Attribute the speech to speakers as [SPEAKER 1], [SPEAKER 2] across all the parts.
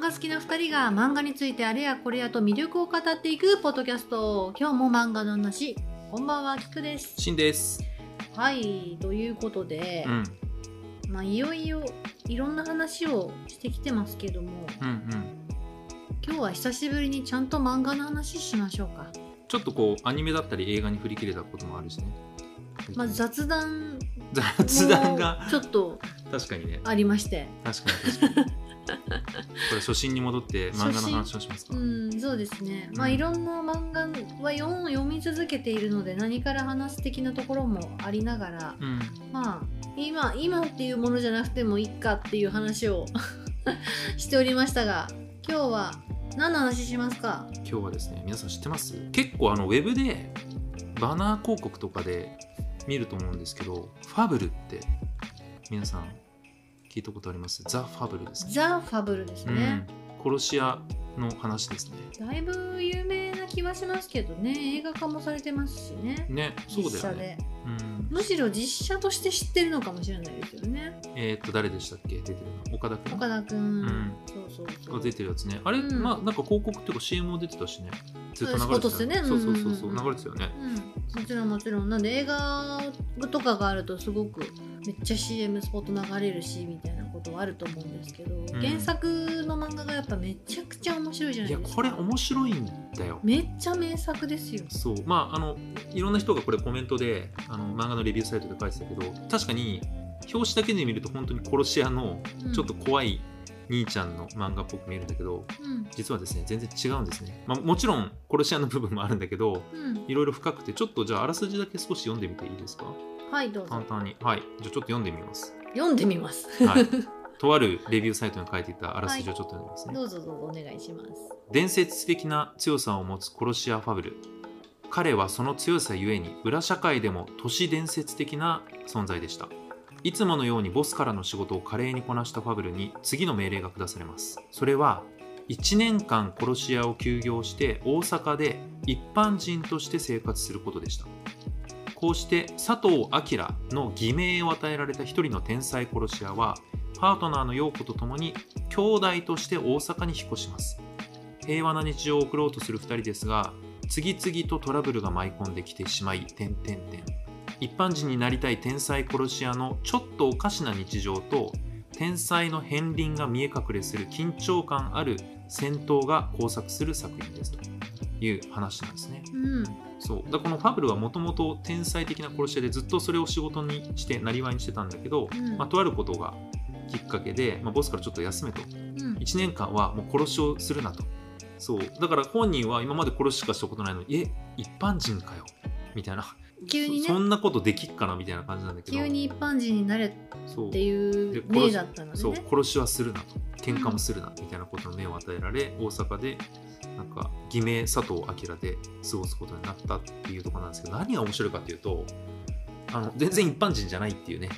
[SPEAKER 1] が好きな2人が漫画についてあれやこれやと魅力を語っていくポッドキャスト今日も漫画の話こんばんは菊です
[SPEAKER 2] しんです。
[SPEAKER 1] はいということで、
[SPEAKER 2] うん、
[SPEAKER 1] まあいよいよいろんな話をしてきてますけども
[SPEAKER 2] うん、うん。
[SPEAKER 1] 今日は久しぶりにちゃんと漫画の話しましょうか
[SPEAKER 2] ちょっとこう、アニメだったり映画に振り切れたこともあるしね。
[SPEAKER 1] まあ雑談も
[SPEAKER 2] 雑談が、
[SPEAKER 1] ちょっと
[SPEAKER 2] 確かにね。
[SPEAKER 1] ありまして
[SPEAKER 2] 確か に確かに。これ初心に戻って漫画の話をしますか。
[SPEAKER 1] うんそうですねまあ
[SPEAKER 2] うん
[SPEAKER 1] いろんな漫画は読む読み続けているので何から話す的なところもありながら
[SPEAKER 2] うん、
[SPEAKER 1] まあ今今っていうものじゃなくてもいいかっていう話を しておりましたが今日は何の話しますか
[SPEAKER 2] 今日はですね、皆さん知ってます結構あの、ウェブで、バナー広告とかで見ると思うんですけど、ファブルって、皆さん、聞いたことありますザ・ファブルですね。
[SPEAKER 1] ザ・ファブルですね、
[SPEAKER 2] うん。殺し屋の話ですね。
[SPEAKER 1] だいぶ有名な気はしますけどね映画化もされてますしね
[SPEAKER 2] ね、そうだ
[SPEAKER 1] 実写
[SPEAKER 2] よね。
[SPEAKER 1] で
[SPEAKER 2] うん、
[SPEAKER 1] むしろ実写として知ってるのかもしれないですよね
[SPEAKER 2] えーっと誰でしたっけ出てるの岡田君
[SPEAKER 1] 岡田くん、
[SPEAKER 2] うん
[SPEAKER 1] そうそうそ
[SPEAKER 2] が
[SPEAKER 1] う
[SPEAKER 2] 出てるやつねあれ、
[SPEAKER 1] うん
[SPEAKER 2] まあなんか広告っていうか CM も出てたしねずっと流れてたね
[SPEAKER 1] そ
[SPEAKER 2] そ
[SPEAKER 1] です
[SPEAKER 2] ううそ
[SPEAKER 1] ね
[SPEAKER 2] うそうそ
[SPEAKER 1] うん
[SPEAKER 2] う
[SPEAKER 1] うんうん
[SPEAKER 2] 流れてたよね
[SPEAKER 1] うん、もちろんもちろんなんで映画とかがあるとすごくめっちゃ CM スポット流れるしみたいなことはあると思うんですけど、
[SPEAKER 2] ん
[SPEAKER 1] 原作の漫画がやっぱめちゃくちゃ面白いじゃない
[SPEAKER 2] い
[SPEAKER 1] で
[SPEAKER 2] や
[SPEAKER 1] すか
[SPEAKER 2] これ面白いんだよ
[SPEAKER 1] めっちゃ名作ですよ
[SPEAKER 2] そうまああのいろんな人がこれコメントであの漫画のレビューサイトで書いてたけど確かに表紙だけで見ると本当に殺し屋の
[SPEAKER 1] うん
[SPEAKER 2] ちょっと怖い兄ちゃんの漫画っぽく見えるんだけど
[SPEAKER 1] うん
[SPEAKER 2] 実はですね全然違うんですね、まあ、もちろん殺し屋の部分もあるんだけど
[SPEAKER 1] うん
[SPEAKER 2] いろいろ深くてちょっとじゃああらすじだけ少し読んでみていいですか
[SPEAKER 1] はいどうぞ
[SPEAKER 2] 簡単にはいじゃあちょっと読んでみます
[SPEAKER 1] 読んでみます
[SPEAKER 2] はいとあるレビューサイトに書いていたあらすじをちょっと読んでますね、
[SPEAKER 1] どうぞどうぞお願いします
[SPEAKER 2] 伝説的な強さを持つ殺し屋ファブル彼はその強さゆえに裏社会でも都市伝説的な存在でしたいつものようにボスからの仕事を華麗にこなしたファブルに次の命令が下されますそれは1年間殺し屋を休業して大阪で一般人として生活することでしたこうして佐藤明の偽名を与えられた一人の天才殺し屋はパートナーの陽子と共に兄弟として大阪に引っ越します平和な日常を送ろうとする2人ですが次々とトラブルが舞い込んできてしまい点々点一般人になりたい天才殺し屋のちょっとおかしな日常と天才の片鱗が見え隠れする緊張感ある戦闘が交錯する作品ですという話なんですね。
[SPEAKER 1] うん
[SPEAKER 2] そうだこのファブルはもともと天才的な殺し屋でずっとそれを仕事にしてなりわいにしてたんだけど、
[SPEAKER 1] うん
[SPEAKER 2] まあ、とあることがきっかけで、まあ、ボスからちょっと休めと
[SPEAKER 1] うん
[SPEAKER 2] 1年間はもう殺しをするなとそうだから本人は今まで殺ししかしたことないのにえ一般人かよみたいな
[SPEAKER 1] 急に
[SPEAKER 2] そそ
[SPEAKER 1] ね
[SPEAKER 2] んなことできっかなみたいな感じなんだけど
[SPEAKER 1] 急に一般人になれっ
[SPEAKER 2] そう
[SPEAKER 1] ていう例だったので
[SPEAKER 2] そう
[SPEAKER 1] ね
[SPEAKER 2] 殺しはするなと喧嘩もするなみたいなことの目を与えられ、大阪でなんか偽名佐藤明で過ごすことになったっていうところなんですけど何が面白いかっていうとあの全然一般人じゃないっていうね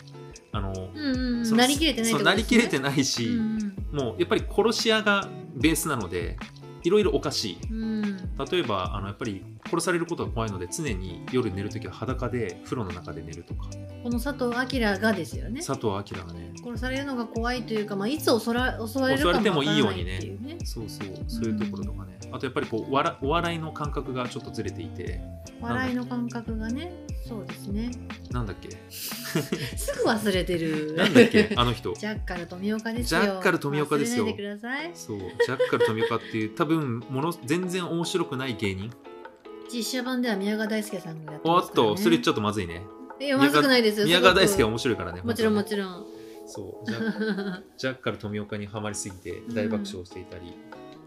[SPEAKER 2] あの、
[SPEAKER 1] うんうんう
[SPEAKER 2] そ
[SPEAKER 1] ん
[SPEAKER 2] の
[SPEAKER 1] なりきれてないっ
[SPEAKER 2] そ
[SPEAKER 1] てこと
[SPEAKER 2] うなりきれ
[SPEAKER 1] です
[SPEAKER 2] て
[SPEAKER 1] ね
[SPEAKER 2] ないし、
[SPEAKER 1] うん
[SPEAKER 2] もうやっぱり殺し屋がベースなのでいろいろおかしい
[SPEAKER 1] うんうん
[SPEAKER 2] 例えばあのやっぱり殺されることが怖いので常に夜寝るときは裸で風呂の中で寝るとか
[SPEAKER 1] この佐藤明がですよね
[SPEAKER 2] 佐藤明がね
[SPEAKER 1] 殺されるのが怖いというか、まあ、いつ襲ら襲われるかもわからないっていうね
[SPEAKER 2] そうそうそういうところとかね、あとやっぱりこうわらお笑いの感覚がちょっとずれていて
[SPEAKER 1] 笑いの感覚がねそうです ね
[SPEAKER 2] なんだっけ
[SPEAKER 1] すぐ忘れてる
[SPEAKER 2] なんだっけあの人
[SPEAKER 1] ジャッカル富岡ですよ
[SPEAKER 2] ジャッカル富岡ですよ
[SPEAKER 1] 忘れないでください
[SPEAKER 2] そうジャッカル富岡っていう多分もの全然面白くない芸人
[SPEAKER 1] 実写版では宮川大輔さんがやって
[SPEAKER 2] お
[SPEAKER 1] ま
[SPEAKER 2] っ
[SPEAKER 1] すから、ね、
[SPEAKER 2] とそれ言っちゃうとまずいね
[SPEAKER 1] いやまずくないですよ
[SPEAKER 2] 宮川大輔は
[SPEAKER 1] も
[SPEAKER 2] 面白いからね
[SPEAKER 1] もちろんも
[SPEAKER 2] 本
[SPEAKER 1] ちろん
[SPEAKER 2] 当に そうジャッジャッカル富岡にはまりすぎて大爆笑していたり、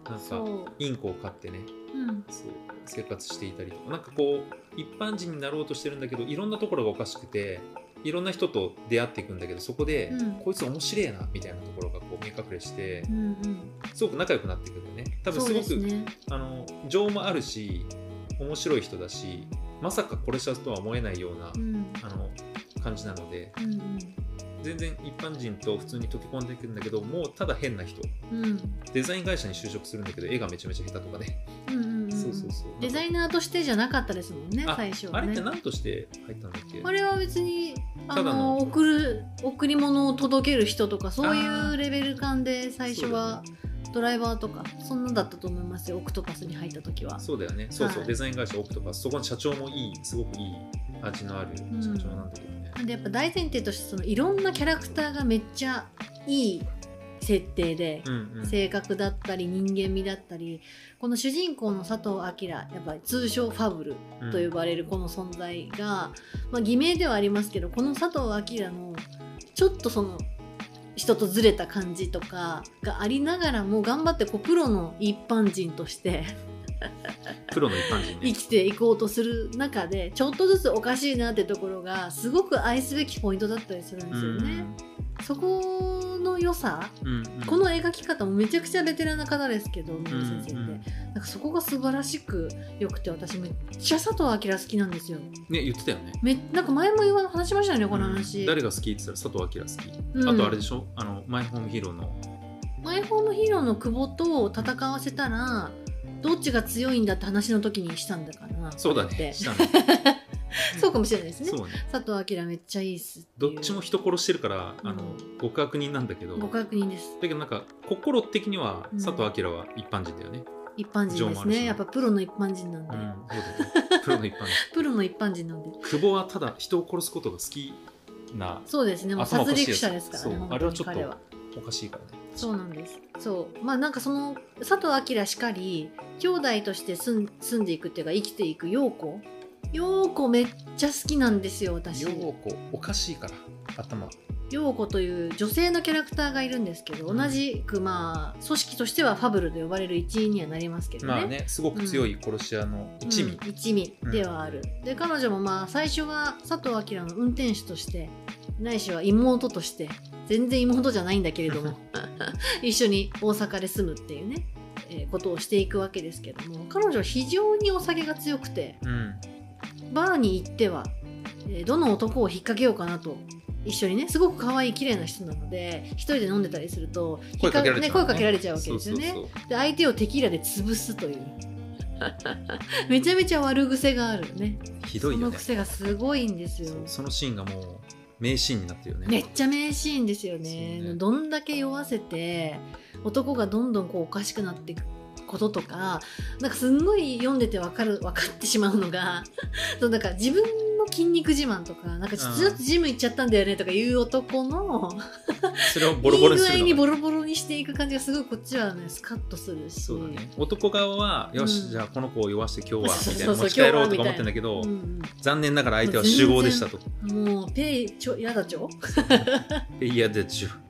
[SPEAKER 2] なん
[SPEAKER 1] そ
[SPEAKER 2] か
[SPEAKER 1] う、
[SPEAKER 2] インコを飼ってね
[SPEAKER 1] うん、
[SPEAKER 2] そう生活していたりとかなんかこう一般人になろうとしてるんだけどいろんなところがおかしくていろんな人と出会っていくんだけどそこで、
[SPEAKER 1] うん
[SPEAKER 2] こいつ面白いなみたいなところがこう見え隠れして
[SPEAKER 1] うんうん
[SPEAKER 2] すごく仲良くなっていくんだよね多分す
[SPEAKER 1] そう
[SPEAKER 2] ご
[SPEAKER 1] で
[SPEAKER 2] く
[SPEAKER 1] すね
[SPEAKER 2] あの情もあるし面白い人だしまさか殺し屋とは思えないような、
[SPEAKER 1] うん
[SPEAKER 2] あの感じなので
[SPEAKER 1] うん
[SPEAKER 2] 全然一般人と普通に溶け込んでいくんだけどもうただ変な人
[SPEAKER 1] うんうん
[SPEAKER 2] デザイン会社に就職するんだけど絵がめちゃめちゃ下手とかね、
[SPEAKER 1] うんうんうん
[SPEAKER 2] そうそうそう
[SPEAKER 1] デザイナーとしてじゃなかったですもんね
[SPEAKER 2] あ
[SPEAKER 1] 最初
[SPEAKER 2] あ
[SPEAKER 1] は
[SPEAKER 2] れっ
[SPEAKER 1] ね
[SPEAKER 2] て何として入ったんだっけ
[SPEAKER 1] これは別にあ
[SPEAKER 2] ただ
[SPEAKER 1] の
[SPEAKER 2] の
[SPEAKER 1] 送る贈り物を届ける人とかそういうレベル感で最初は
[SPEAKER 2] そうだね
[SPEAKER 1] ドライバーとかそんなだったと思いますよオクトパスに入った時は
[SPEAKER 2] そうだよねそうそう、
[SPEAKER 1] はい
[SPEAKER 2] デザイン会社オクトパスそこの社長もいいすごくいい味のある社長なんだけどね、
[SPEAKER 1] でやっぱ大前提としてそのいろんなキャラクターがめっちゃいい設定で、
[SPEAKER 2] うんうん
[SPEAKER 1] 性格だったり人間味だったりこの主人公の佐藤明やっぱり通称ファブル
[SPEAKER 2] うん
[SPEAKER 1] と呼ばれるこの存在が、まあ、偽名ではありますけどこの佐藤明のちょっとその人とずれた感じとかがありながらも頑張ってこうプロの一般人として
[SPEAKER 2] プロの一般人
[SPEAKER 1] 生
[SPEAKER 2] ね
[SPEAKER 1] きていこうとする中でちょっとずつおかしいなってところがすごく愛すべきポイントだったりするんですよね。そこの良さ
[SPEAKER 2] うんうんうん
[SPEAKER 1] この描き方もめちゃくちゃベテランな方ですけど宮
[SPEAKER 2] うんう
[SPEAKER 1] 野
[SPEAKER 2] ん
[SPEAKER 1] 先生って、なんかそこが素晴らしく良くて私めっちゃ佐藤明好きなんですよ
[SPEAKER 2] ね言ってたよね
[SPEAKER 1] めなんか前も言わ話しましたよねこの話、
[SPEAKER 2] うん誰が好きって言ったら佐藤明好き、
[SPEAKER 1] うん
[SPEAKER 2] あとあれでしょあのマイホームヒーローの
[SPEAKER 1] マイホームヒーローの久保と戦わせたらどっちが強いんだって話の時にしたんだから
[SPEAKER 2] そうだ
[SPEAKER 1] って
[SPEAKER 2] ねしたね
[SPEAKER 1] そうかもしれないですね
[SPEAKER 2] そうね
[SPEAKER 1] 佐藤明めっちゃいいっすってい
[SPEAKER 2] ど
[SPEAKER 1] う
[SPEAKER 2] っちも人殺してるから、あ
[SPEAKER 1] う
[SPEAKER 2] の
[SPEAKER 1] ん
[SPEAKER 2] 極悪人なんだけど
[SPEAKER 1] ご
[SPEAKER 2] だ
[SPEAKER 1] 確認です
[SPEAKER 2] けどなんか心的には
[SPEAKER 1] うん
[SPEAKER 2] 佐藤明は一般人だよね、
[SPEAKER 1] 一般人です
[SPEAKER 2] 情もあるし
[SPEAKER 1] ねやっぱプロの一般人なんで、
[SPEAKER 2] うんそうだねプロの一般人
[SPEAKER 1] プロの一般人なんで
[SPEAKER 2] 久保はただ人を殺すことが好きな
[SPEAKER 1] そうですねもう
[SPEAKER 2] 頭お
[SPEAKER 1] 殺戮
[SPEAKER 2] かしいやつ
[SPEAKER 1] 者ですからね
[SPEAKER 2] そう
[SPEAKER 1] 本当に
[SPEAKER 2] あれはちょっと
[SPEAKER 1] 彼は
[SPEAKER 2] おかしいからね
[SPEAKER 1] そうなんですそうまあなんかその佐藤明しかり兄弟として住ん住んでいくっていうか生きていく陽子陽子めっちゃ好きなんですよ私
[SPEAKER 2] ようこおかしいから頭
[SPEAKER 1] 陽子という女性のキャラクターがいるんですけど同じくまあ組織としてはファブルと呼ばれる一員にはなりますけどね,、
[SPEAKER 2] まあねすごく強い殺し屋の一味、
[SPEAKER 1] うん一味ではある、で彼女もまあ最初は佐藤明の運転手としてないしは妹として全然妹じゃないんだけれど も一緒に大阪で住むっていうね、えーことをしていくわけですけども彼女は非常にお酒が強くて
[SPEAKER 2] うん
[SPEAKER 1] バーに行っては、えーどの男を引っ掛けようかなと一緒にねすごく可愛い綺麗な人なので一人で飲んでたりすると
[SPEAKER 2] 声かけられちゃうね
[SPEAKER 1] ね声かけられちゃうわけですよね
[SPEAKER 2] そうそうそう
[SPEAKER 1] で相手をテキーラで潰すという めちゃめちゃ悪癖があるよね
[SPEAKER 2] ひどい
[SPEAKER 1] そ
[SPEAKER 2] よ
[SPEAKER 1] の
[SPEAKER 2] ね
[SPEAKER 1] 癖がすごいんですよ
[SPEAKER 2] そうそのシーンがもう名シーンになってるよね
[SPEAKER 1] めっちゃ名シーンですよね
[SPEAKER 2] そうね
[SPEAKER 1] どんだけ酔わせて男がどんどんこうおかしくなっていくこととかなんかすんごい読んでてわかる分かってしまうのが そうなんか自分の筋肉自慢とかなんかちょ
[SPEAKER 2] うん
[SPEAKER 1] ちょっとジム行っちゃったんだよねとかいう男の
[SPEAKER 2] それをボロボロにす
[SPEAKER 1] いい具合
[SPEAKER 2] る
[SPEAKER 1] に
[SPEAKER 2] の
[SPEAKER 1] ボ
[SPEAKER 2] が
[SPEAKER 1] ロボロにしていく感じがすごいこっちはねスカッとするし
[SPEAKER 2] そうだね男側はよし、
[SPEAKER 1] うん
[SPEAKER 2] じゃあこの子を酔わして今日は
[SPEAKER 1] そうそうそう
[SPEAKER 2] みたいな持ち帰ろうとか思ってんだけど、
[SPEAKER 1] うん
[SPEAKER 2] 残念ながら相手は主語でしたと
[SPEAKER 1] うん、もうペイちょやだちょ
[SPEAKER 2] いやでちゅ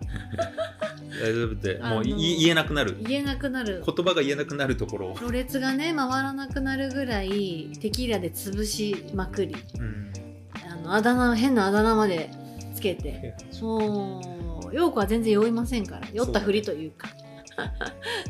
[SPEAKER 2] 大丈夫で
[SPEAKER 1] あの
[SPEAKER 2] もうい言えなくなる
[SPEAKER 1] 言えなくなる
[SPEAKER 2] 言葉が言えなくなるところを、
[SPEAKER 1] ろれつがね回らなくなるぐらいテキーラで潰しまくり
[SPEAKER 2] うん、
[SPEAKER 1] あのあだ名変なあだ名までつけてもう陽子は全然酔いませんから酔ったふりというか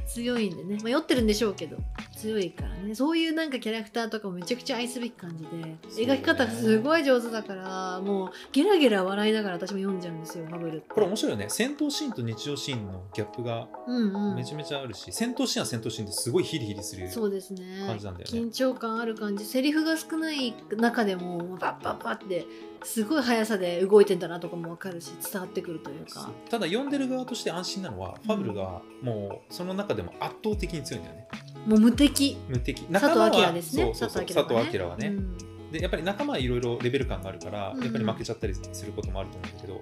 [SPEAKER 1] 強いんでね、まあ、酔ってるんでしょうけど強いからねそういうなんかキャラクターとかもめちゃくちゃ愛すべき感じで、
[SPEAKER 2] そうね
[SPEAKER 1] 描き方がすごい上手だからもうゲラゲラ笑いながら私も読んじゃうんですよハブルって
[SPEAKER 2] これ面白いよね戦闘シーンと日常シーンのギャップが
[SPEAKER 1] うんうん
[SPEAKER 2] めちゃめちゃあるし、戦闘シーンは戦闘シーンですごいヒリヒリする
[SPEAKER 1] そうですね
[SPEAKER 2] 感じなんだよね
[SPEAKER 1] 緊張感ある感じセリフが少ない中でもパッパッパッってすごい速さで動いてんだなとかも分かるし伝わってくるというか
[SPEAKER 2] ただ読んでる側として安心なのは、ファブルがもうその中でも圧倒的に強いんだよね
[SPEAKER 1] もう無敵
[SPEAKER 2] 無敵
[SPEAKER 1] 佐
[SPEAKER 2] 仲
[SPEAKER 1] 藤
[SPEAKER 2] 間は
[SPEAKER 1] 明ですね
[SPEAKER 2] そうそうそう
[SPEAKER 1] 佐
[SPEAKER 2] 佐
[SPEAKER 1] 藤明
[SPEAKER 2] 藤明はね、
[SPEAKER 1] うん
[SPEAKER 2] でやっぱり仲間はいろいろレベル感があるから、
[SPEAKER 1] うん
[SPEAKER 2] やっぱり負けちゃったりすることもあると思うんだけど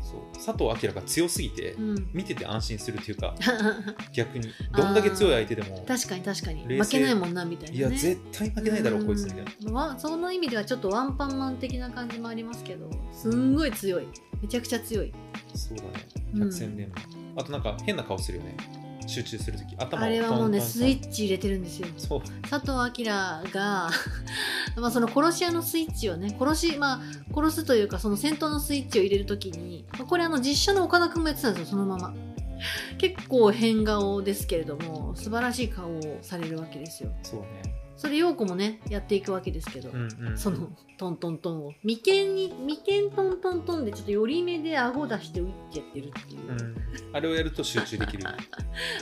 [SPEAKER 2] そう佐藤明が強すぎて、
[SPEAKER 1] うん
[SPEAKER 2] 見てて安心するっていうか逆にどんだけ強い相手でも
[SPEAKER 1] 確かに確かに
[SPEAKER 2] 冷静
[SPEAKER 1] 負けないもんなみたいな、ね、
[SPEAKER 2] いや絶対負けないだろう、
[SPEAKER 1] ん
[SPEAKER 2] こいつみたいな
[SPEAKER 1] わその意味ではちょっとワンパンマン的な感じもありますけどすんごい強いめちゃくちゃ強い
[SPEAKER 2] そうだね
[SPEAKER 1] うん
[SPEAKER 2] 百戦錬磨、あとなんか変な顔するよね集中するとき頭を
[SPEAKER 1] あれはもうね
[SPEAKER 2] トントント
[SPEAKER 1] ス
[SPEAKER 2] ン
[SPEAKER 1] イッチ入れてるんですよ
[SPEAKER 2] そう
[SPEAKER 1] 佐藤明が まあその殺し屋のスイッチをね殺し、まあ、殺すというかその戦闘のスイッチを入れるときに、まあこれあの実写の岡田君もやってたんですよそのまま結構変顔ですけれども素晴らしい顔をされるわけですよ
[SPEAKER 2] そうね
[SPEAKER 1] それ陽子もねやっていくわけですけど、
[SPEAKER 2] うんうん
[SPEAKER 1] そのトントントンを眉間に眉間トントントンでちょっと寄り目で顎出してういってやってるっていう、
[SPEAKER 2] うんあれをやると集中できる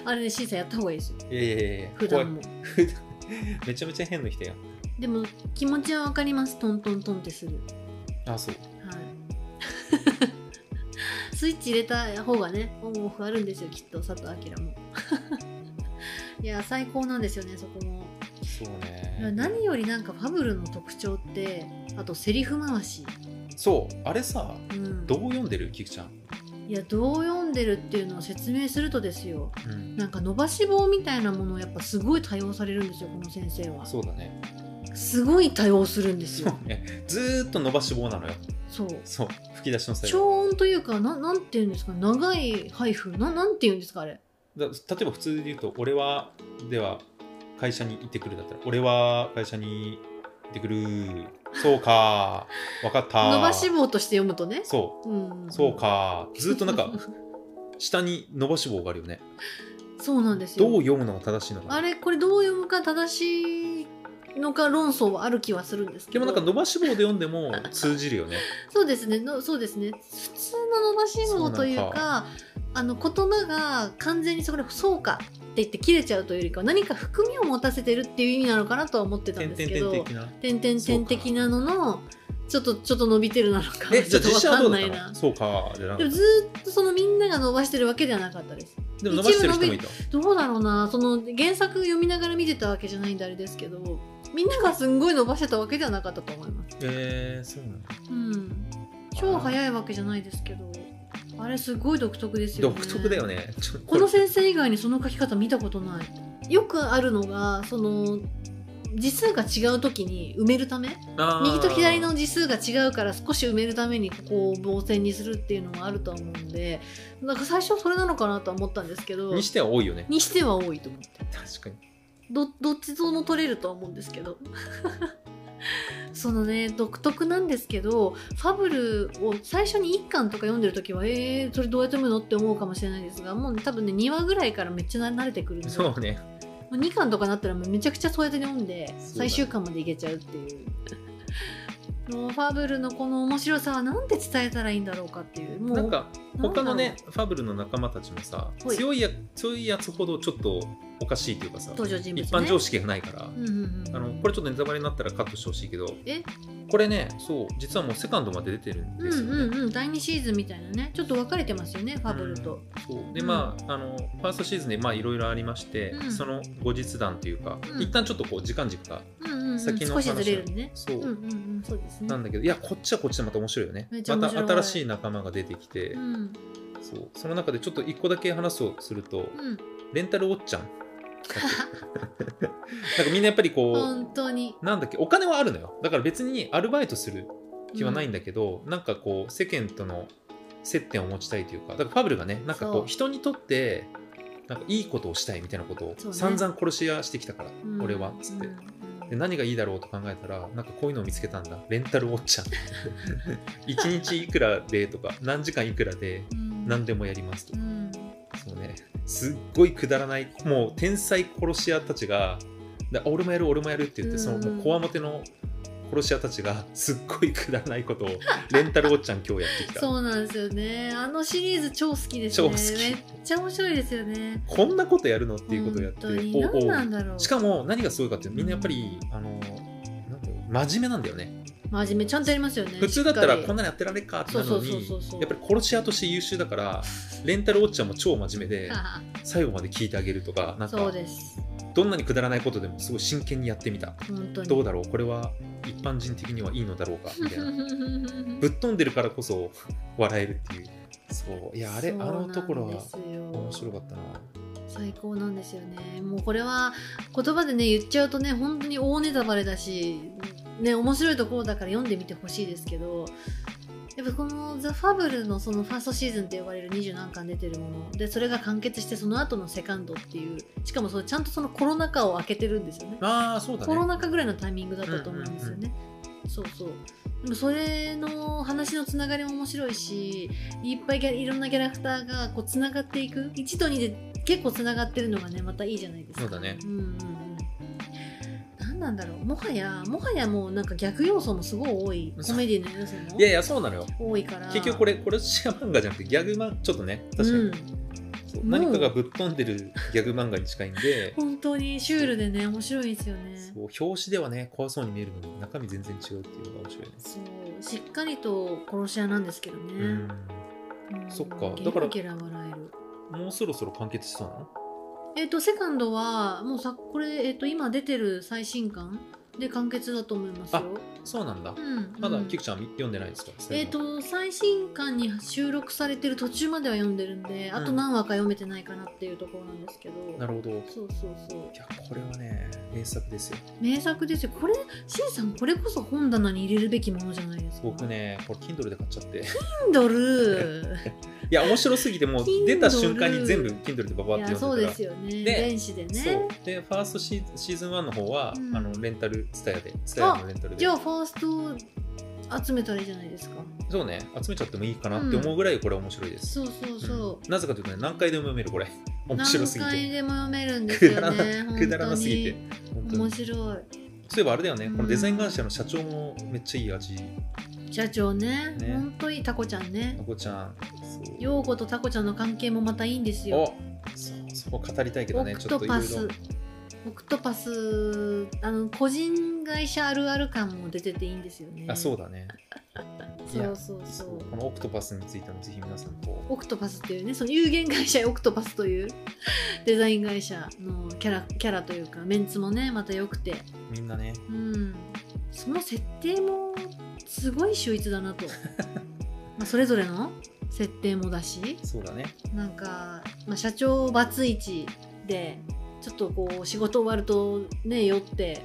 [SPEAKER 1] あれね審査やった方がいいですよ
[SPEAKER 2] いやいやいやいや
[SPEAKER 1] 普段も
[SPEAKER 2] 怖い普段 めちゃめちゃ変な人やん
[SPEAKER 1] でも気持ちはわかりますトントントンってする
[SPEAKER 2] あそう
[SPEAKER 1] はい。スイッチ入れた方がね、オンオフあるんですよ、きっと佐藤明も。 いや最高なんですよねそこも
[SPEAKER 2] そうね
[SPEAKER 1] 何よりなんかファブルの特徴ってあとセリフ回し、
[SPEAKER 2] そうあれさ
[SPEAKER 1] うん、
[SPEAKER 2] どう読んでるキクちゃん、
[SPEAKER 1] いやどう読んでるっていうのを説明するとですよなんか伸ばし棒みたいなものをやっぱすごい多用されるんですよこの先生は
[SPEAKER 2] そうだね
[SPEAKER 1] すごい多用するんです
[SPEAKER 2] そ
[SPEAKER 1] よ
[SPEAKER 2] うねずーっと伸ばし棒なのよ
[SPEAKER 1] そう
[SPEAKER 2] そう吹き出しの最後
[SPEAKER 1] 長音というかななんていうんですか長いハイフななんていうんですかあれ
[SPEAKER 2] だ例えば普通で言うと「俺は」では会社に行ってくるだったら「俺は会社に行ってくる」「そうか」「分かった」
[SPEAKER 1] 伸ばし棒として読むとね
[SPEAKER 2] そ
[SPEAKER 1] うん
[SPEAKER 2] うそうかずっとなんか下に伸ばし棒があるよね
[SPEAKER 1] そうなんですよ
[SPEAKER 2] どう読むのが正しいの
[SPEAKER 1] あ
[SPEAKER 2] か
[SPEAKER 1] れこれどう読むか正しいのか論争はある気はするんですけ
[SPEAKER 2] で
[SPEAKER 1] ど
[SPEAKER 2] もなんか伸ばし棒で読んで も通じるよね
[SPEAKER 1] そうですねのそうですね普通の伸ばし棒というか
[SPEAKER 2] そうな
[SPEAKER 1] あの言葉が完全にそれそうかって言って切れちゃうというよりかは何か含みを持たせてるっていう意味なのかなとは思ってたん
[SPEAKER 2] 点
[SPEAKER 1] です
[SPEAKER 2] 点
[SPEAKER 1] け
[SPEAKER 2] 点
[SPEAKER 1] ど
[SPEAKER 2] 的な
[SPEAKER 1] 点々点的なののちょっとちょっと伸びてるなのか
[SPEAKER 2] え
[SPEAKER 1] ち
[SPEAKER 2] じ
[SPEAKER 1] ょ
[SPEAKER 2] ゃ
[SPEAKER 1] っ
[SPEAKER 2] あ
[SPEAKER 1] と
[SPEAKER 2] 実
[SPEAKER 1] わ
[SPEAKER 2] 写は
[SPEAKER 1] か
[SPEAKER 2] ど
[SPEAKER 1] ん
[SPEAKER 2] う
[SPEAKER 1] な
[SPEAKER 2] だった
[SPEAKER 1] い
[SPEAKER 2] の
[SPEAKER 1] な
[SPEAKER 2] そうかじゃな
[SPEAKER 1] で
[SPEAKER 2] かっ
[SPEAKER 1] も
[SPEAKER 2] た
[SPEAKER 1] ずーっとそのみんなが伸ばしてるわけではなかったです
[SPEAKER 2] でも伸ばしてる人もいた
[SPEAKER 1] どうだろうなその原作読みながら見てたわけじゃないんであれですけどみんながすんごい伸ばしてたわけではなかったと思います
[SPEAKER 2] えー、そうなんだ
[SPEAKER 1] うん超早いわけじゃないですけどあれすごい独特ですよね
[SPEAKER 2] 独特だよねちょ
[SPEAKER 1] この先生以外にその書き方見たことないよくあるのがその字数が違う時に埋めるため
[SPEAKER 2] あー
[SPEAKER 1] 右と左の字数が違うから少し埋めるためにここを棒線にするっていうのはあるとは思うんでなんか最初はそれなのかなとは思ったんですけど
[SPEAKER 2] にしては多いよね
[SPEAKER 1] にしては多いと思って
[SPEAKER 2] 確かに
[SPEAKER 1] どどっちとも取れるとは思うんですけ どそのね独特なんですけどファブルを最初に1巻とか読んでる時はえー、それどうやって読むのって思うかもしれないですがもう多分ね2話ぐらいからめっちゃ慣れてくるので
[SPEAKER 2] そうね
[SPEAKER 1] もう2巻とかなったらもうめちゃくちゃそうやって読んで
[SPEAKER 2] そうだね
[SPEAKER 1] 最終巻までいけちゃうっていう。もうファブルのこの面白さはなんて伝えたらいいんだろうかっていうもう
[SPEAKER 2] なんか
[SPEAKER 1] なんだ
[SPEAKER 2] 他
[SPEAKER 1] ろう
[SPEAKER 2] のねファブルの仲間たちもさ
[SPEAKER 1] はい
[SPEAKER 2] 強いや強いやつほどちょっとおかしいというかさ
[SPEAKER 1] 登場人物、ね、
[SPEAKER 2] 一般常識がないから、
[SPEAKER 1] うんうんうん
[SPEAKER 2] あのこれちょっとネタバレになったらカットしてほしいけど
[SPEAKER 1] え
[SPEAKER 2] これねそう実はもうセカンドまで出てるん
[SPEAKER 1] う
[SPEAKER 2] ですよ
[SPEAKER 1] ん
[SPEAKER 2] ね。
[SPEAKER 1] うんうん第2シーズンみたいなねちょっと分かれてますよねファブルと、
[SPEAKER 2] うんそうでまあ,、あのファーストシーズンでまあいろいろありまして、
[SPEAKER 1] うん
[SPEAKER 2] その後日談というか、
[SPEAKER 1] うん
[SPEAKER 2] 一旦ちょっとこう時間軸が
[SPEAKER 1] うんうんうん、
[SPEAKER 2] 先の
[SPEAKER 1] 少
[SPEAKER 2] 話
[SPEAKER 1] しずれるね
[SPEAKER 2] そう、
[SPEAKER 1] うんうんうんそうですね
[SPEAKER 2] なんだけどいやこっちはこっちでまた面白いよね
[SPEAKER 1] めっちゃ
[SPEAKER 2] ま
[SPEAKER 1] 面
[SPEAKER 2] た
[SPEAKER 1] 白い
[SPEAKER 2] 新しい仲間が出てきて、
[SPEAKER 1] うん
[SPEAKER 2] そうその中でちょっと一個だけ話をすると、
[SPEAKER 1] うん
[SPEAKER 2] レンタルおっ ちゃんなんかみんなやっぱりこう、
[SPEAKER 1] 本当に
[SPEAKER 2] なんだっけお金はあるのよだから別にアルバイトする気はないんだけど、なんかこう世間との接点を持ちたいというかだからファブルがねなんかこ
[SPEAKER 1] そう
[SPEAKER 2] う人にとってなんかいいことをしたいみたいなことを
[SPEAKER 1] そうね
[SPEAKER 2] 散々殺し屋してきたから、
[SPEAKER 1] うん
[SPEAKER 2] 俺はっつって、
[SPEAKER 1] うん
[SPEAKER 2] で何がいいだろうと考えたらなんかこういうのを見つけたんだレンタルウォッ チャー一日いくらでとか何時間いくらで
[SPEAKER 1] うん
[SPEAKER 2] 何でもやりますと
[SPEAKER 1] う
[SPEAKER 2] か、
[SPEAKER 1] ん
[SPEAKER 2] そうねすっごいくだらないもう天才殺し屋たちがであ俺もやる俺もやるって言ってその
[SPEAKER 1] うん
[SPEAKER 2] もうこわもての殺し屋たちがすっごいくだらな いことをレンタルおっちゃん今日やってきた
[SPEAKER 1] そうなんですよねあのシリーズ超好きです
[SPEAKER 2] 超
[SPEAKER 1] ね
[SPEAKER 2] 好き
[SPEAKER 1] めっちゃ面白いですよね
[SPEAKER 2] こんなことやるのっていうことをやって
[SPEAKER 1] 本当に
[SPEAKER 2] おう
[SPEAKER 1] 何
[SPEAKER 2] おう
[SPEAKER 1] なんだろう
[SPEAKER 2] しかも何がすごいかってみんなやっぱりあのなんだろう真面目なんだよね
[SPEAKER 1] 真面目ちゃんとやりますよね
[SPEAKER 2] 普通だったら
[SPEAKER 1] しっ
[SPEAKER 2] こ
[SPEAKER 1] かり
[SPEAKER 2] んなのやってられっかってなるの
[SPEAKER 1] そうそう
[SPEAKER 2] に
[SPEAKER 1] そうそうそう
[SPEAKER 2] やっぱり殺し屋として優秀だからレンタルウォッチャーも超真面 目で最後まで聞いてあげるとかなん
[SPEAKER 1] そう
[SPEAKER 2] か
[SPEAKER 1] です
[SPEAKER 2] どんなにくだらないことでもすごい真剣にやってみた
[SPEAKER 1] 本当に
[SPEAKER 2] どうだろうこれは一般人的にはいいのだろう かみたいなぶっ飛んでるからこそ 笑えるっていうそういやあれあ
[SPEAKER 1] そう
[SPEAKER 2] のところは
[SPEAKER 1] 面
[SPEAKER 2] 面白かったな
[SPEAKER 1] 最高なんですよねもうこれは言葉でね言っちゃうとね本当に大ネタバレだしね面白いところだから読んでみてほしいですけどやっぱこの「ザ・ファブルのそのファーストシーズンって呼ばれる二十何巻出てるものでそれが完結してその後のセカンドっていうしかもそれちゃんとそのコロナ禍を開けてるんですよね
[SPEAKER 2] まあそうだ
[SPEAKER 1] コロ
[SPEAKER 2] ね
[SPEAKER 1] ナ禍ぐらいのタイミングだったと思うんですよね。そうそうでもそれの話のつながりも面白いしいっぱいギャいろんなキャラクターがこうつながっていく一度にで結構つながってるのがねまたいいじゃないですか
[SPEAKER 2] そうだね
[SPEAKER 1] んうんうん何なんだろうもはやもはやもうなんか逆要素もすごい多い
[SPEAKER 2] そう
[SPEAKER 1] コメディの要素
[SPEAKER 2] いやい
[SPEAKER 1] も
[SPEAKER 2] やそうなのよ
[SPEAKER 1] 多いから
[SPEAKER 2] 結局これこれシア漫画じゃなくてギャグ漫ちょっとね確かに、
[SPEAKER 1] うん、
[SPEAKER 2] そう
[SPEAKER 1] もう
[SPEAKER 2] 何かがぶっ飛んでるギャグ漫画に近いんで
[SPEAKER 1] 本当にシュールでね面白いですよね
[SPEAKER 2] そう表紙ではね怖そうに見えるのに中身全然違うっていうのが面白いね
[SPEAKER 1] そうしっかりと殺し屋なんですけどね、
[SPEAKER 2] うん
[SPEAKER 1] うん
[SPEAKER 2] そっか
[SPEAKER 1] ゲ
[SPEAKER 2] だから
[SPEAKER 1] ラゲラ笑える
[SPEAKER 2] もうそろそろ完結しそうなの
[SPEAKER 1] えっ、とセカンドはもうさこれ、えっと今出てる最新刊で完結だと思いますよ。
[SPEAKER 2] そうなんだ
[SPEAKER 1] うん、
[SPEAKER 2] まだ
[SPEAKER 1] うん
[SPEAKER 2] キクちゃん読んでないですか
[SPEAKER 1] えっ、と最新刊に収録されてる途中までは読んでるんで、あと何話か読めてないかなっていうところなんですけど。
[SPEAKER 2] なるほどい
[SPEAKER 1] そうそうそう
[SPEAKER 2] やこれはね名作ですよ
[SPEAKER 1] 名作ですよこれしんさんこれこそ本棚に入れるべきものじゃないですか
[SPEAKER 2] 僕ねこれ Kindle で買っちゃって
[SPEAKER 1] Kindle
[SPEAKER 2] いや面白すぎてもう
[SPEAKER 1] Kindle
[SPEAKER 2] 出た瞬間に全部 Kindle でババ
[SPEAKER 1] い
[SPEAKER 2] って
[SPEAKER 1] やそうん
[SPEAKER 2] 読で
[SPEAKER 1] で
[SPEAKER 2] た
[SPEAKER 1] すよね
[SPEAKER 2] で
[SPEAKER 1] 電子で
[SPEAKER 2] ら
[SPEAKER 1] ね
[SPEAKER 2] そうでファーストシーシーズン1の方は、
[SPEAKER 1] うん
[SPEAKER 2] あのレンタルツタヤでツタヤのレンタルで
[SPEAKER 1] じゃあファーストを集めたらいいじゃないですか
[SPEAKER 2] そうね集めちゃってもいいかなって思うぐらいこれは面白いです、
[SPEAKER 1] そうそうそう
[SPEAKER 2] うんなぜかというとね何回でも読めるこれ面白
[SPEAKER 1] 何
[SPEAKER 2] すぎて
[SPEAKER 1] 回でも読めるんですよ
[SPEAKER 2] くだ
[SPEAKER 1] ね
[SPEAKER 2] らなくだらなすぎて本
[SPEAKER 1] 本当
[SPEAKER 2] 当
[SPEAKER 1] に
[SPEAKER 2] に
[SPEAKER 1] 面白
[SPEAKER 2] そういえばあれだよね、
[SPEAKER 1] うん
[SPEAKER 2] このデザイン会社の社長もめっちゃいい味
[SPEAKER 1] い社長ね
[SPEAKER 2] ね
[SPEAKER 1] 本当いいタコちゃんね
[SPEAKER 2] あこちゃんそう
[SPEAKER 1] 陽子とタコちゃんの関係もまたいいんですよ
[SPEAKER 2] おそうそこ語りたいけど
[SPEAKER 1] オ
[SPEAKER 2] ね
[SPEAKER 1] ク
[SPEAKER 2] ちょ
[SPEAKER 1] ト
[SPEAKER 2] っといろ
[SPEAKER 1] パ
[SPEAKER 2] いろ
[SPEAKER 1] スオクトパスあの個人会社あるある感も出てていいんですよね
[SPEAKER 2] あそうだねい
[SPEAKER 1] そ
[SPEAKER 2] や
[SPEAKER 1] うそうそ
[SPEAKER 2] そう
[SPEAKER 1] う
[SPEAKER 2] このオクトパスについてもぜひ皆さんこ
[SPEAKER 1] オクトパスっていうねその有限会社オクトパスという デザイン会社のキャラキャラというかメンツもねまた良くて
[SPEAKER 2] うみんなね
[SPEAKER 1] うんその設定もすごい秀逸だ なとまあそれぞれの設定もだし
[SPEAKER 2] そうだね
[SPEAKER 1] なんか、まあ、社長バツイチでちょっとこう仕事終わるとね酔って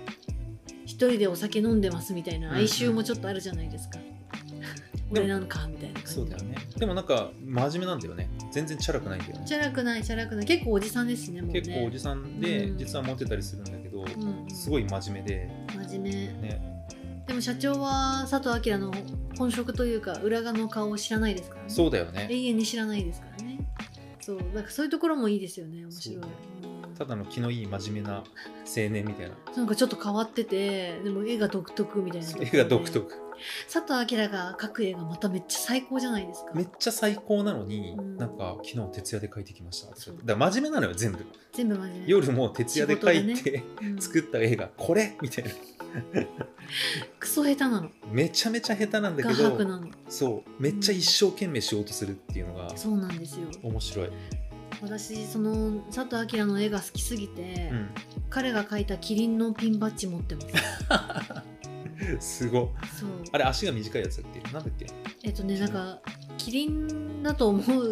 [SPEAKER 1] 一人でお酒飲んでますみたい
[SPEAKER 2] うん
[SPEAKER 1] な
[SPEAKER 2] うん
[SPEAKER 1] 哀愁もちょっとあるじゃないですか、
[SPEAKER 2] でも
[SPEAKER 1] 俺なんかみたいな感
[SPEAKER 2] そ
[SPEAKER 1] じ
[SPEAKER 2] うだよねでもなんか真面目なんだよね全然チャラくないんだよね
[SPEAKER 1] チャラくないチャラくない結構おじさんですねもうね
[SPEAKER 2] 結構おじさんで、
[SPEAKER 1] うん
[SPEAKER 2] 実はモテたりするんだけど、
[SPEAKER 1] うん
[SPEAKER 2] すごい真面目で
[SPEAKER 1] 真面目
[SPEAKER 2] ね
[SPEAKER 1] でも社長は佐藤明の本職というか裏側の顔を知らないですからね
[SPEAKER 2] そうだよね
[SPEAKER 1] 永遠に知らないですからねそうなんかそういうところもいいですよね面白い、
[SPEAKER 2] そうだね
[SPEAKER 1] うん
[SPEAKER 2] ただの気のいい真面目な青年みたいな
[SPEAKER 1] なんかちょっと変わっててでも絵が独特みたいな
[SPEAKER 2] 絵が独特
[SPEAKER 1] 佐藤明が描く絵がまためっちゃ最高じゃないですか
[SPEAKER 2] めっちゃ最高なのに、
[SPEAKER 1] うん
[SPEAKER 2] なんか昨日徹夜で描いてきました
[SPEAKER 1] そう
[SPEAKER 2] だから真面目なのよ全部
[SPEAKER 1] 全部真面目
[SPEAKER 2] 夜も徹夜で描いて、
[SPEAKER 1] うん
[SPEAKER 2] 作った映画これみたいな
[SPEAKER 1] クソ下手なの
[SPEAKER 2] めちゃめちゃ下手なんだ
[SPEAKER 1] 画
[SPEAKER 2] け
[SPEAKER 1] 伯
[SPEAKER 2] ど
[SPEAKER 1] なの
[SPEAKER 2] そうめっちゃ一生懸命しようとするっていうのが
[SPEAKER 1] そうなんですよ
[SPEAKER 2] 面白い、
[SPEAKER 1] 私その佐藤明の絵が好きすぎて、
[SPEAKER 2] うん、
[SPEAKER 1] 彼が描いたキリンのピンバッジ持ってます
[SPEAKER 2] すごい
[SPEAKER 1] そう
[SPEAKER 2] あれ足が短いやつだっけなんだっけ
[SPEAKER 1] えっとねなんかキリンだと思う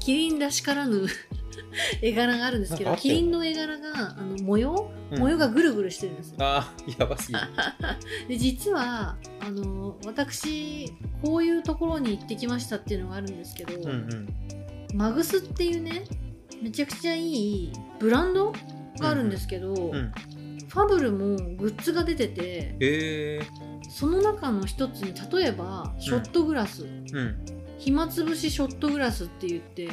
[SPEAKER 1] キリンらしからぬ 絵柄があるんですけ
[SPEAKER 2] な
[SPEAKER 1] ど
[SPEAKER 2] んかあった
[SPEAKER 1] キ
[SPEAKER 2] よね
[SPEAKER 1] リンの絵柄があの模様、
[SPEAKER 2] うん
[SPEAKER 1] 模様がぐるぐるしてるんですよ
[SPEAKER 2] あーやばすぎる
[SPEAKER 1] で実はあの私こういうところに行ってきましたっていうのがあるんですけど、
[SPEAKER 2] うんうん
[SPEAKER 1] マグスっていうねめちゃくちゃいいブランドがあるんですけど、
[SPEAKER 2] うん
[SPEAKER 1] ファブルもグッズが出てて
[SPEAKER 2] え
[SPEAKER 1] その中の一つに例えばショットグラス、
[SPEAKER 2] ー、うん
[SPEAKER 1] 暇つぶしショットグラスって言って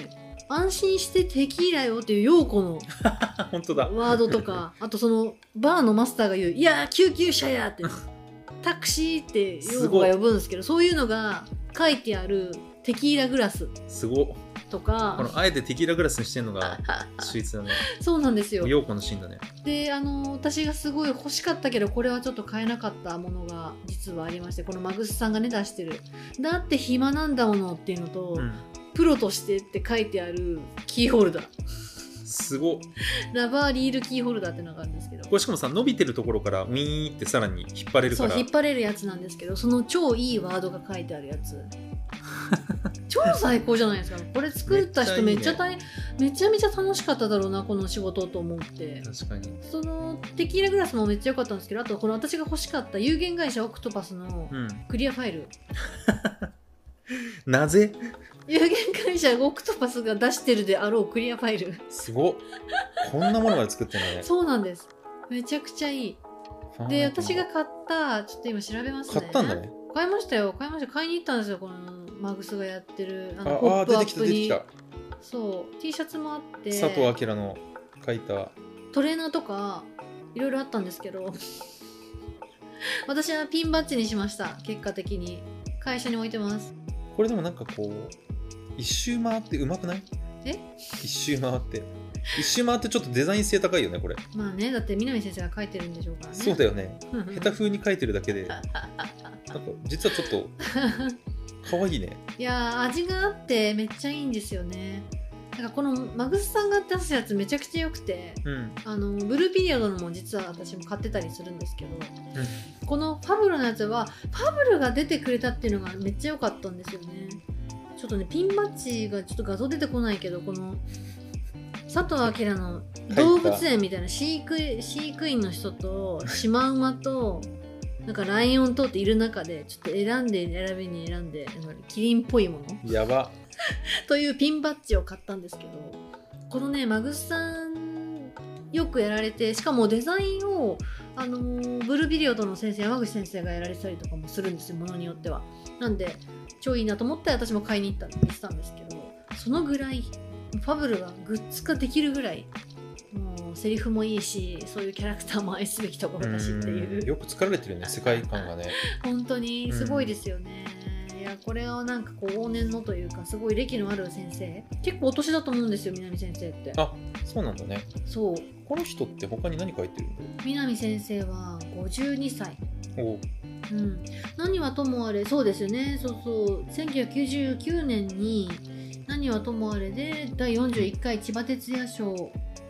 [SPEAKER 1] 安心してテキーラよっていう陽子の
[SPEAKER 2] あ本当だ
[SPEAKER 1] ワードと かあとそのバーのマスターが言う「いやー救急車や!」って「タクシー」って用語が呼ぶんですけどそういうのが書いてあるテキーラグラス
[SPEAKER 2] すごっ
[SPEAKER 1] と
[SPEAKER 2] こ
[SPEAKER 1] か
[SPEAKER 2] のあえてテキーラグラスにしてんのが秀逸だね
[SPEAKER 1] そうなんですよ
[SPEAKER 2] 陽子のシーンだね
[SPEAKER 1] であの私がすごい欲しかったけどこれはちょっと買えなかったものが実はありましてこのマグスさんがね出してる「だって暇なんだもの」っていうのと「
[SPEAKER 2] うん
[SPEAKER 1] プロとして」って書いてあるキーホルダー
[SPEAKER 2] すごっ
[SPEAKER 1] ラバーリールキーホルダーってのがあるんですけど
[SPEAKER 2] これしかもさ伸びてるところからウィーンってさらに引っ張れる
[SPEAKER 1] そ
[SPEAKER 2] か
[SPEAKER 1] う
[SPEAKER 2] ら
[SPEAKER 1] 引っ張れるやつなんですけどその超いいワードが書いてあるやつ 超最高じゃないですかこれ作った人め
[SPEAKER 2] めっ
[SPEAKER 1] っ
[SPEAKER 2] ち
[SPEAKER 1] ち
[SPEAKER 2] ゃ
[SPEAKER 1] ゃ
[SPEAKER 2] いいね
[SPEAKER 1] 大めちゃめちゃ楽しかっただろうなこの仕事と思って
[SPEAKER 2] 確かに
[SPEAKER 1] そのテキーラグラスもめっちゃ良かったんですけどあとこの私が欲しかった有限会社オクトパスの
[SPEAKER 2] うん
[SPEAKER 1] クリアファイル、
[SPEAKER 2] なぜ
[SPEAKER 1] 有限会社オクトパスが出してるであろうクリアファイル
[SPEAKER 2] すごっこんなものまで作ってんだね
[SPEAKER 1] そうなんですめちゃくちゃいいで私が買ったちょっと今調べますね
[SPEAKER 2] 買ったんだね
[SPEAKER 1] 買いましたよ買いました買いに行ったんですよこのマグスがやってるあ
[SPEAKER 2] あ
[SPEAKER 1] の
[SPEAKER 2] あ
[SPEAKER 1] ポ
[SPEAKER 2] ー
[SPEAKER 1] ップ
[SPEAKER 2] 出
[SPEAKER 1] ア
[SPEAKER 2] てき
[SPEAKER 1] ッ
[SPEAKER 2] た
[SPEAKER 1] プ
[SPEAKER 2] 出て
[SPEAKER 1] に
[SPEAKER 2] きた
[SPEAKER 1] そう T シャツもあって
[SPEAKER 2] 佐藤明の書いた
[SPEAKER 1] トレーナーとかいろいろあったんですけど 私はピンバッジにしました結果的に会社に置いてます
[SPEAKER 2] これでもなんかこう一周回ってうまくない
[SPEAKER 1] え
[SPEAKER 2] 一周回って一周回ってちょっとデザイン性高いよねこれ、
[SPEAKER 1] まあねだって南先生が書いてるんでしょうからね
[SPEAKER 2] そうだよね
[SPEAKER 1] うんうん
[SPEAKER 2] 下手風に書いてるだけでなんか実はちょっと可愛いね
[SPEAKER 1] いやー味があってめっちゃいいんですよねなんかこのマグスさんが出すやつめちゃくちゃ良くて
[SPEAKER 2] うん
[SPEAKER 1] あのブルーピリオドのも実は私も買ってたりするんですけど、このファブルのやつはファブルが出てくれたっていうのがめっちゃ良かったんですよねちょっとねピンバッジがちょっと画像出てこないけどこの佐藤明の動物園みたいな飼育飼育員の人とシマウマとなんかライオンとっている中でちょっと選んで選びに選んでなんかキリンっぽいもの
[SPEAKER 2] やば
[SPEAKER 1] というピンバッジを買ったんですけどこのねマグスさんよくやられてしかもデザインをあのーブルービリオドの先生山口先生がやられてたりとかもするんですよものによってはなんで超いいなと思って私も買いに行ったりしたんですけどそのぐらいファブルがグッズ化できるぐらいもうセリフもいいしそういうキャラクターも愛すべきところだしっていう
[SPEAKER 2] うんよく作られてるね世界観がね
[SPEAKER 1] 本当にすごいですよね、いやこれをなんかこう往年のというかすごい歴のある先生結構お年だと思うんですよ南先生って
[SPEAKER 2] あそうなんだね
[SPEAKER 1] そう
[SPEAKER 2] この人って他に何書いてるんだ
[SPEAKER 1] 南先生は52歳
[SPEAKER 2] ろうおう
[SPEAKER 1] うん何はともあれそうですよねそうそう1999年に「何はともあれ」で第41回千葉哲也賞、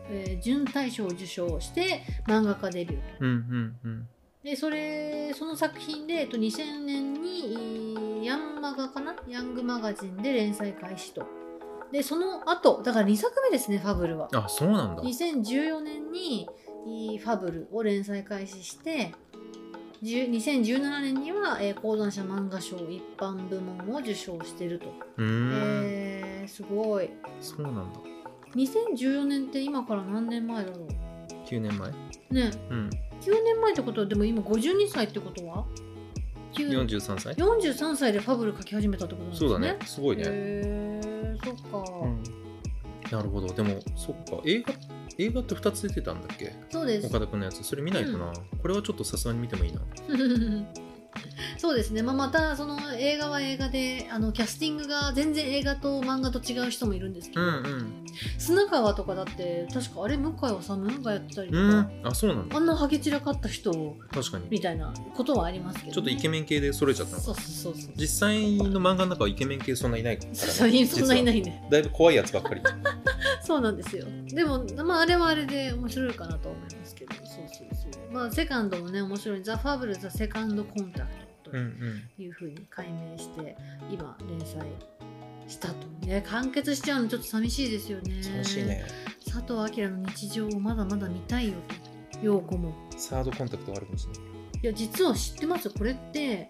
[SPEAKER 1] えー準大賞を受賞して漫画家デビュー
[SPEAKER 2] うんうん
[SPEAKER 1] でそれその作品で、えっと、2000年にえーヤンマガかなヤングマガジンで連載開始とでその後だから2作目ですねファブルは
[SPEAKER 2] うんあそうなんだ
[SPEAKER 1] 2014年にえーファブルを連載開始して10 2017年には、えー講談社漫画賞一般部門を受賞してると、
[SPEAKER 2] うーん
[SPEAKER 1] えー、すごい
[SPEAKER 2] そうなんだ
[SPEAKER 1] 2014年って今から何年前だろ
[SPEAKER 2] 9年前
[SPEAKER 1] うね
[SPEAKER 2] うん
[SPEAKER 1] 9年前ってことはでも今52歳ってことは9
[SPEAKER 2] 43歳
[SPEAKER 1] 43歳でファブル書き始めたってことなんです
[SPEAKER 2] そ
[SPEAKER 1] ね。
[SPEAKER 2] うだねすごいね
[SPEAKER 1] へえそっか、
[SPEAKER 2] うんなるほどでもそっか映画映画って2つ出てたんだっけ
[SPEAKER 1] そうです。
[SPEAKER 2] 岡田君のやつそれ見ないとな、これはちょっとさすがに見てもいいな
[SPEAKER 1] そうですね。まあ、またその映画は映画であのキャスティングが全然映画と漫画と違う人もいるんですけど、
[SPEAKER 2] ん
[SPEAKER 1] 砂川とかだって確かあれ向井治がやってたりと
[SPEAKER 2] う
[SPEAKER 1] か、
[SPEAKER 2] んあそうなんだ
[SPEAKER 1] あんなハゲ散らかった人
[SPEAKER 2] 確かに
[SPEAKER 1] みたいなことはありますけどね、
[SPEAKER 2] ちょっとイケメン系で揃えちゃったの
[SPEAKER 1] そ
[SPEAKER 2] か
[SPEAKER 1] うそうそうそう。
[SPEAKER 2] 実際の漫画の中はイケメン系そんないないから、ね、
[SPEAKER 1] そうそうそんないないいね。
[SPEAKER 2] だいぶ怖いやつばっかり
[SPEAKER 1] そうなんですよでも、まあ、あれはあれで面白いかなと思いますけどそうそうそうまあセカンドもね面白い「ザ・ファブル・ザ・セカンド・コンタクト」
[SPEAKER 2] うんうん
[SPEAKER 1] というふうに改名して今連載したとね完結しちゃうのちょっと寂しいですよね
[SPEAKER 2] 楽しいね
[SPEAKER 1] 佐藤明の日常をまだまだ見たいよと陽子も
[SPEAKER 2] サードコンタクトがあるかもしれない
[SPEAKER 1] いや実は知ってますこれって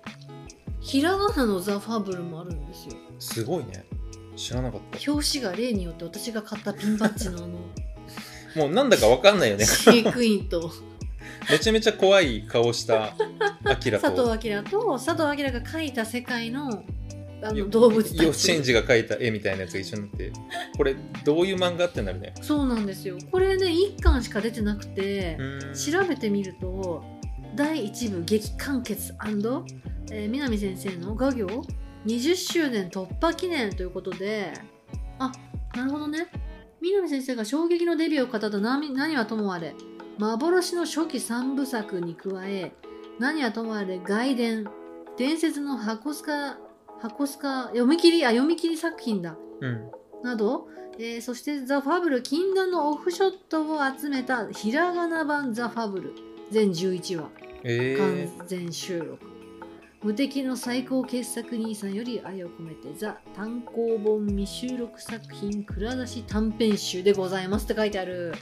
[SPEAKER 1] ひらがなの「ザ・ファブル」もあるんですよ
[SPEAKER 2] すごいね知らなかった
[SPEAKER 1] 表紙が例によって私が買ったピンバッジ のあの
[SPEAKER 2] もうなんだかわかんないよね
[SPEAKER 1] 飼育員と
[SPEAKER 2] めちゃめちゃ怖い顔したアキラと
[SPEAKER 1] 佐藤明と佐藤明が描いた世界のあ
[SPEAKER 2] よ
[SPEAKER 1] の動物
[SPEAKER 2] 幼
[SPEAKER 1] た
[SPEAKER 2] 稚園
[SPEAKER 1] ち
[SPEAKER 2] 児が描いた絵みたいなやつが一緒になってこれどういう漫画ってなるね
[SPEAKER 1] そうなんですよこれね1巻しか出てなくて、
[SPEAKER 2] うん
[SPEAKER 1] 調べてみると第1部劇完結、えー南先生の画業20周年突破記念ということであなるほどね南先生が衝撃のデビューを語った何何はともあれ幻の初期3部作に加え何はともあれ外伝伝説の箱須賀箱須賀読み切りあ読み切り作品だ
[SPEAKER 2] うん
[SPEAKER 1] など、えーそして「ザ・ファブル」禁断のオフショットを集めたひらがな版「ザ・ファブル」全11話
[SPEAKER 2] えー、
[SPEAKER 1] 完全収録、無敵の最高傑作兄さんより愛を込めて「ザ・単行本未収録作品蔵出し短編集」でございますって書いてある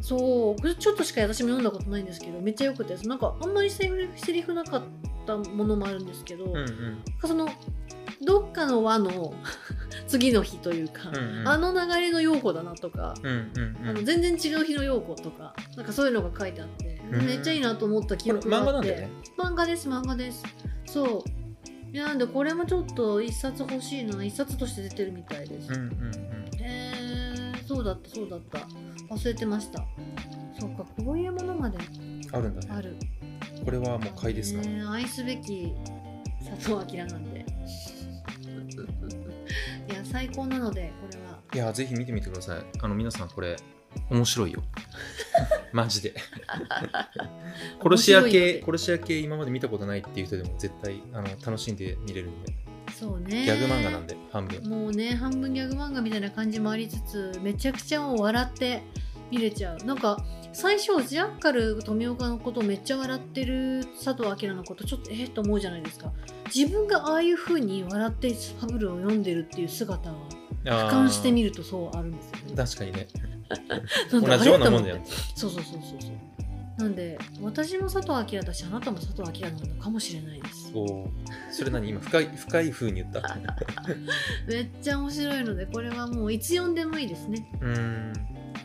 [SPEAKER 1] そうこれちょっとしか私も読んだことないんですけどめっちゃよくてなんかあんまりセリフセリフなかったものもあるんですけど、
[SPEAKER 2] うんうん
[SPEAKER 1] そのどっかの輪の 次の日というか、
[SPEAKER 2] うんうん
[SPEAKER 1] あの流れの用語だなとか、
[SPEAKER 2] うんうん
[SPEAKER 1] あ
[SPEAKER 2] う
[SPEAKER 1] の
[SPEAKER 2] ん
[SPEAKER 1] 全然違う日の用語とかなんかそういうのが書いてあって、
[SPEAKER 2] うん
[SPEAKER 1] めっちゃいいなと思った記
[SPEAKER 2] これ
[SPEAKER 1] 憶が
[SPEAKER 2] 漫画
[SPEAKER 1] あ
[SPEAKER 2] な
[SPEAKER 1] っ
[SPEAKER 2] ん
[SPEAKER 1] て
[SPEAKER 2] だよね
[SPEAKER 1] 漫画です漫画ですそういやなんでこれもちょっと一冊欲しいな一冊として出てるみたいです、
[SPEAKER 2] うんう
[SPEAKER 1] へ
[SPEAKER 2] ん
[SPEAKER 1] えそうだったそうだった忘れてましたそっかこういうものまで
[SPEAKER 2] うんあるんだ
[SPEAKER 1] あ
[SPEAKER 2] ね
[SPEAKER 1] る
[SPEAKER 2] これはもう買いですな、
[SPEAKER 1] ねえ愛すべき佐藤明なんでいや最高なのでこれはい
[SPEAKER 2] やぜひ見てみてくださいあの皆さんこれ面白 いよマジで殺し屋
[SPEAKER 1] 面白い
[SPEAKER 2] 系
[SPEAKER 1] ので
[SPEAKER 2] 殺し屋系今まで見たことないっていう人でも絶対あの楽しんで見れるんで
[SPEAKER 1] そうね
[SPEAKER 2] ギャグ漫画なんで半分
[SPEAKER 1] もうね半分ギャグ漫画みたいな感じもありつつめちゃくちゃもう笑って見れちゃうなんか最初ジャッカル富岡のことめっちゃ笑ってる佐藤明のことちょっとえっと思うじゃないですか自分がああいう風に笑ってファブルを読んでるっていう姿は俯
[SPEAKER 2] 俯
[SPEAKER 1] 瞰してみるとそうあるんですよね
[SPEAKER 2] 確かにね
[SPEAKER 1] な
[SPEAKER 2] 同
[SPEAKER 1] か
[SPEAKER 2] じようなもんだ
[SPEAKER 1] あ
[SPEAKER 2] よ
[SPEAKER 1] れと思ってそうそうそうそうそうなんで私も佐藤明だしあなたも佐藤明なのかもしれないです
[SPEAKER 2] おおーそれ何今深い深い風に言った
[SPEAKER 1] めっちゃ面白いのでこれはもういつ読んでもいいですね
[SPEAKER 2] うーん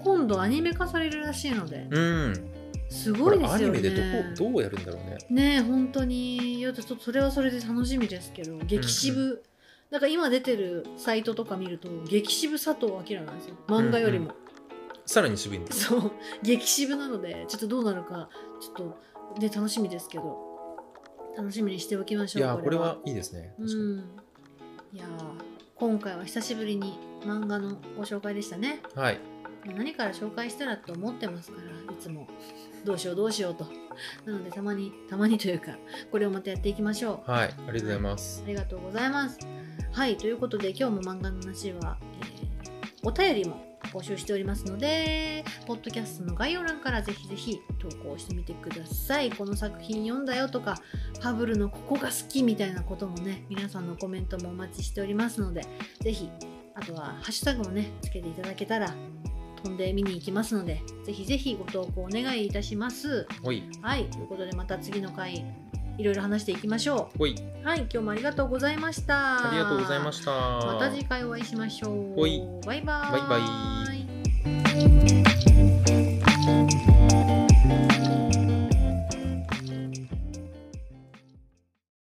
[SPEAKER 1] 今度アニメ化されるらしいので
[SPEAKER 2] うん
[SPEAKER 1] す
[SPEAKER 2] こ
[SPEAKER 1] ごい
[SPEAKER 2] れ
[SPEAKER 1] で
[SPEAKER 2] ア
[SPEAKER 1] す
[SPEAKER 2] ニ
[SPEAKER 1] よね。
[SPEAKER 2] メでどこどうやるんだろうね
[SPEAKER 1] ねえ本当にいやちょっとそれはそれで楽しみですけど激渋、なんか今出てるサイトとか見ると激渋佐藤明なんですよ漫画よりも、
[SPEAKER 2] さらに渋いんです
[SPEAKER 1] そう激渋なのでちょっとどうなるかちょっとね楽しみですけど楽しみにしておきまし
[SPEAKER 2] い
[SPEAKER 1] ょう
[SPEAKER 2] やーこれはいいですね
[SPEAKER 1] う
[SPEAKER 2] 確かに、
[SPEAKER 1] んいやー今回は久しぶりに漫画のご紹介でしたね
[SPEAKER 2] はい
[SPEAKER 1] 何から紹介したらと思ってますからいつもどうしようどうしようとなのでたまにたまにというかこれをまたやっていきましょう
[SPEAKER 2] はいありがとうございます
[SPEAKER 1] ありがとうございますはいということで今日も漫画の話は、えーお便りも募集しておりますのでポッドキャストの概要欄からぜひぜひ投稿してみてくださいこの作品読んだよとかパブルのここが好きみたいなこともね皆さんのコメントもお待ちしておりますのでぜひあとはハッシュタグもねつけていただけたら飛んで見に行きますのでぜひぜひご投稿お願いいたします
[SPEAKER 2] ほい
[SPEAKER 1] はいということでまた次の回いろいろ話していきましょう
[SPEAKER 2] ほい
[SPEAKER 1] はい、今日もありがとうございました。
[SPEAKER 2] ありがとうございました
[SPEAKER 1] また次回お会いしましょう。
[SPEAKER 2] ほい
[SPEAKER 1] バイバーイ。
[SPEAKER 2] バイバイ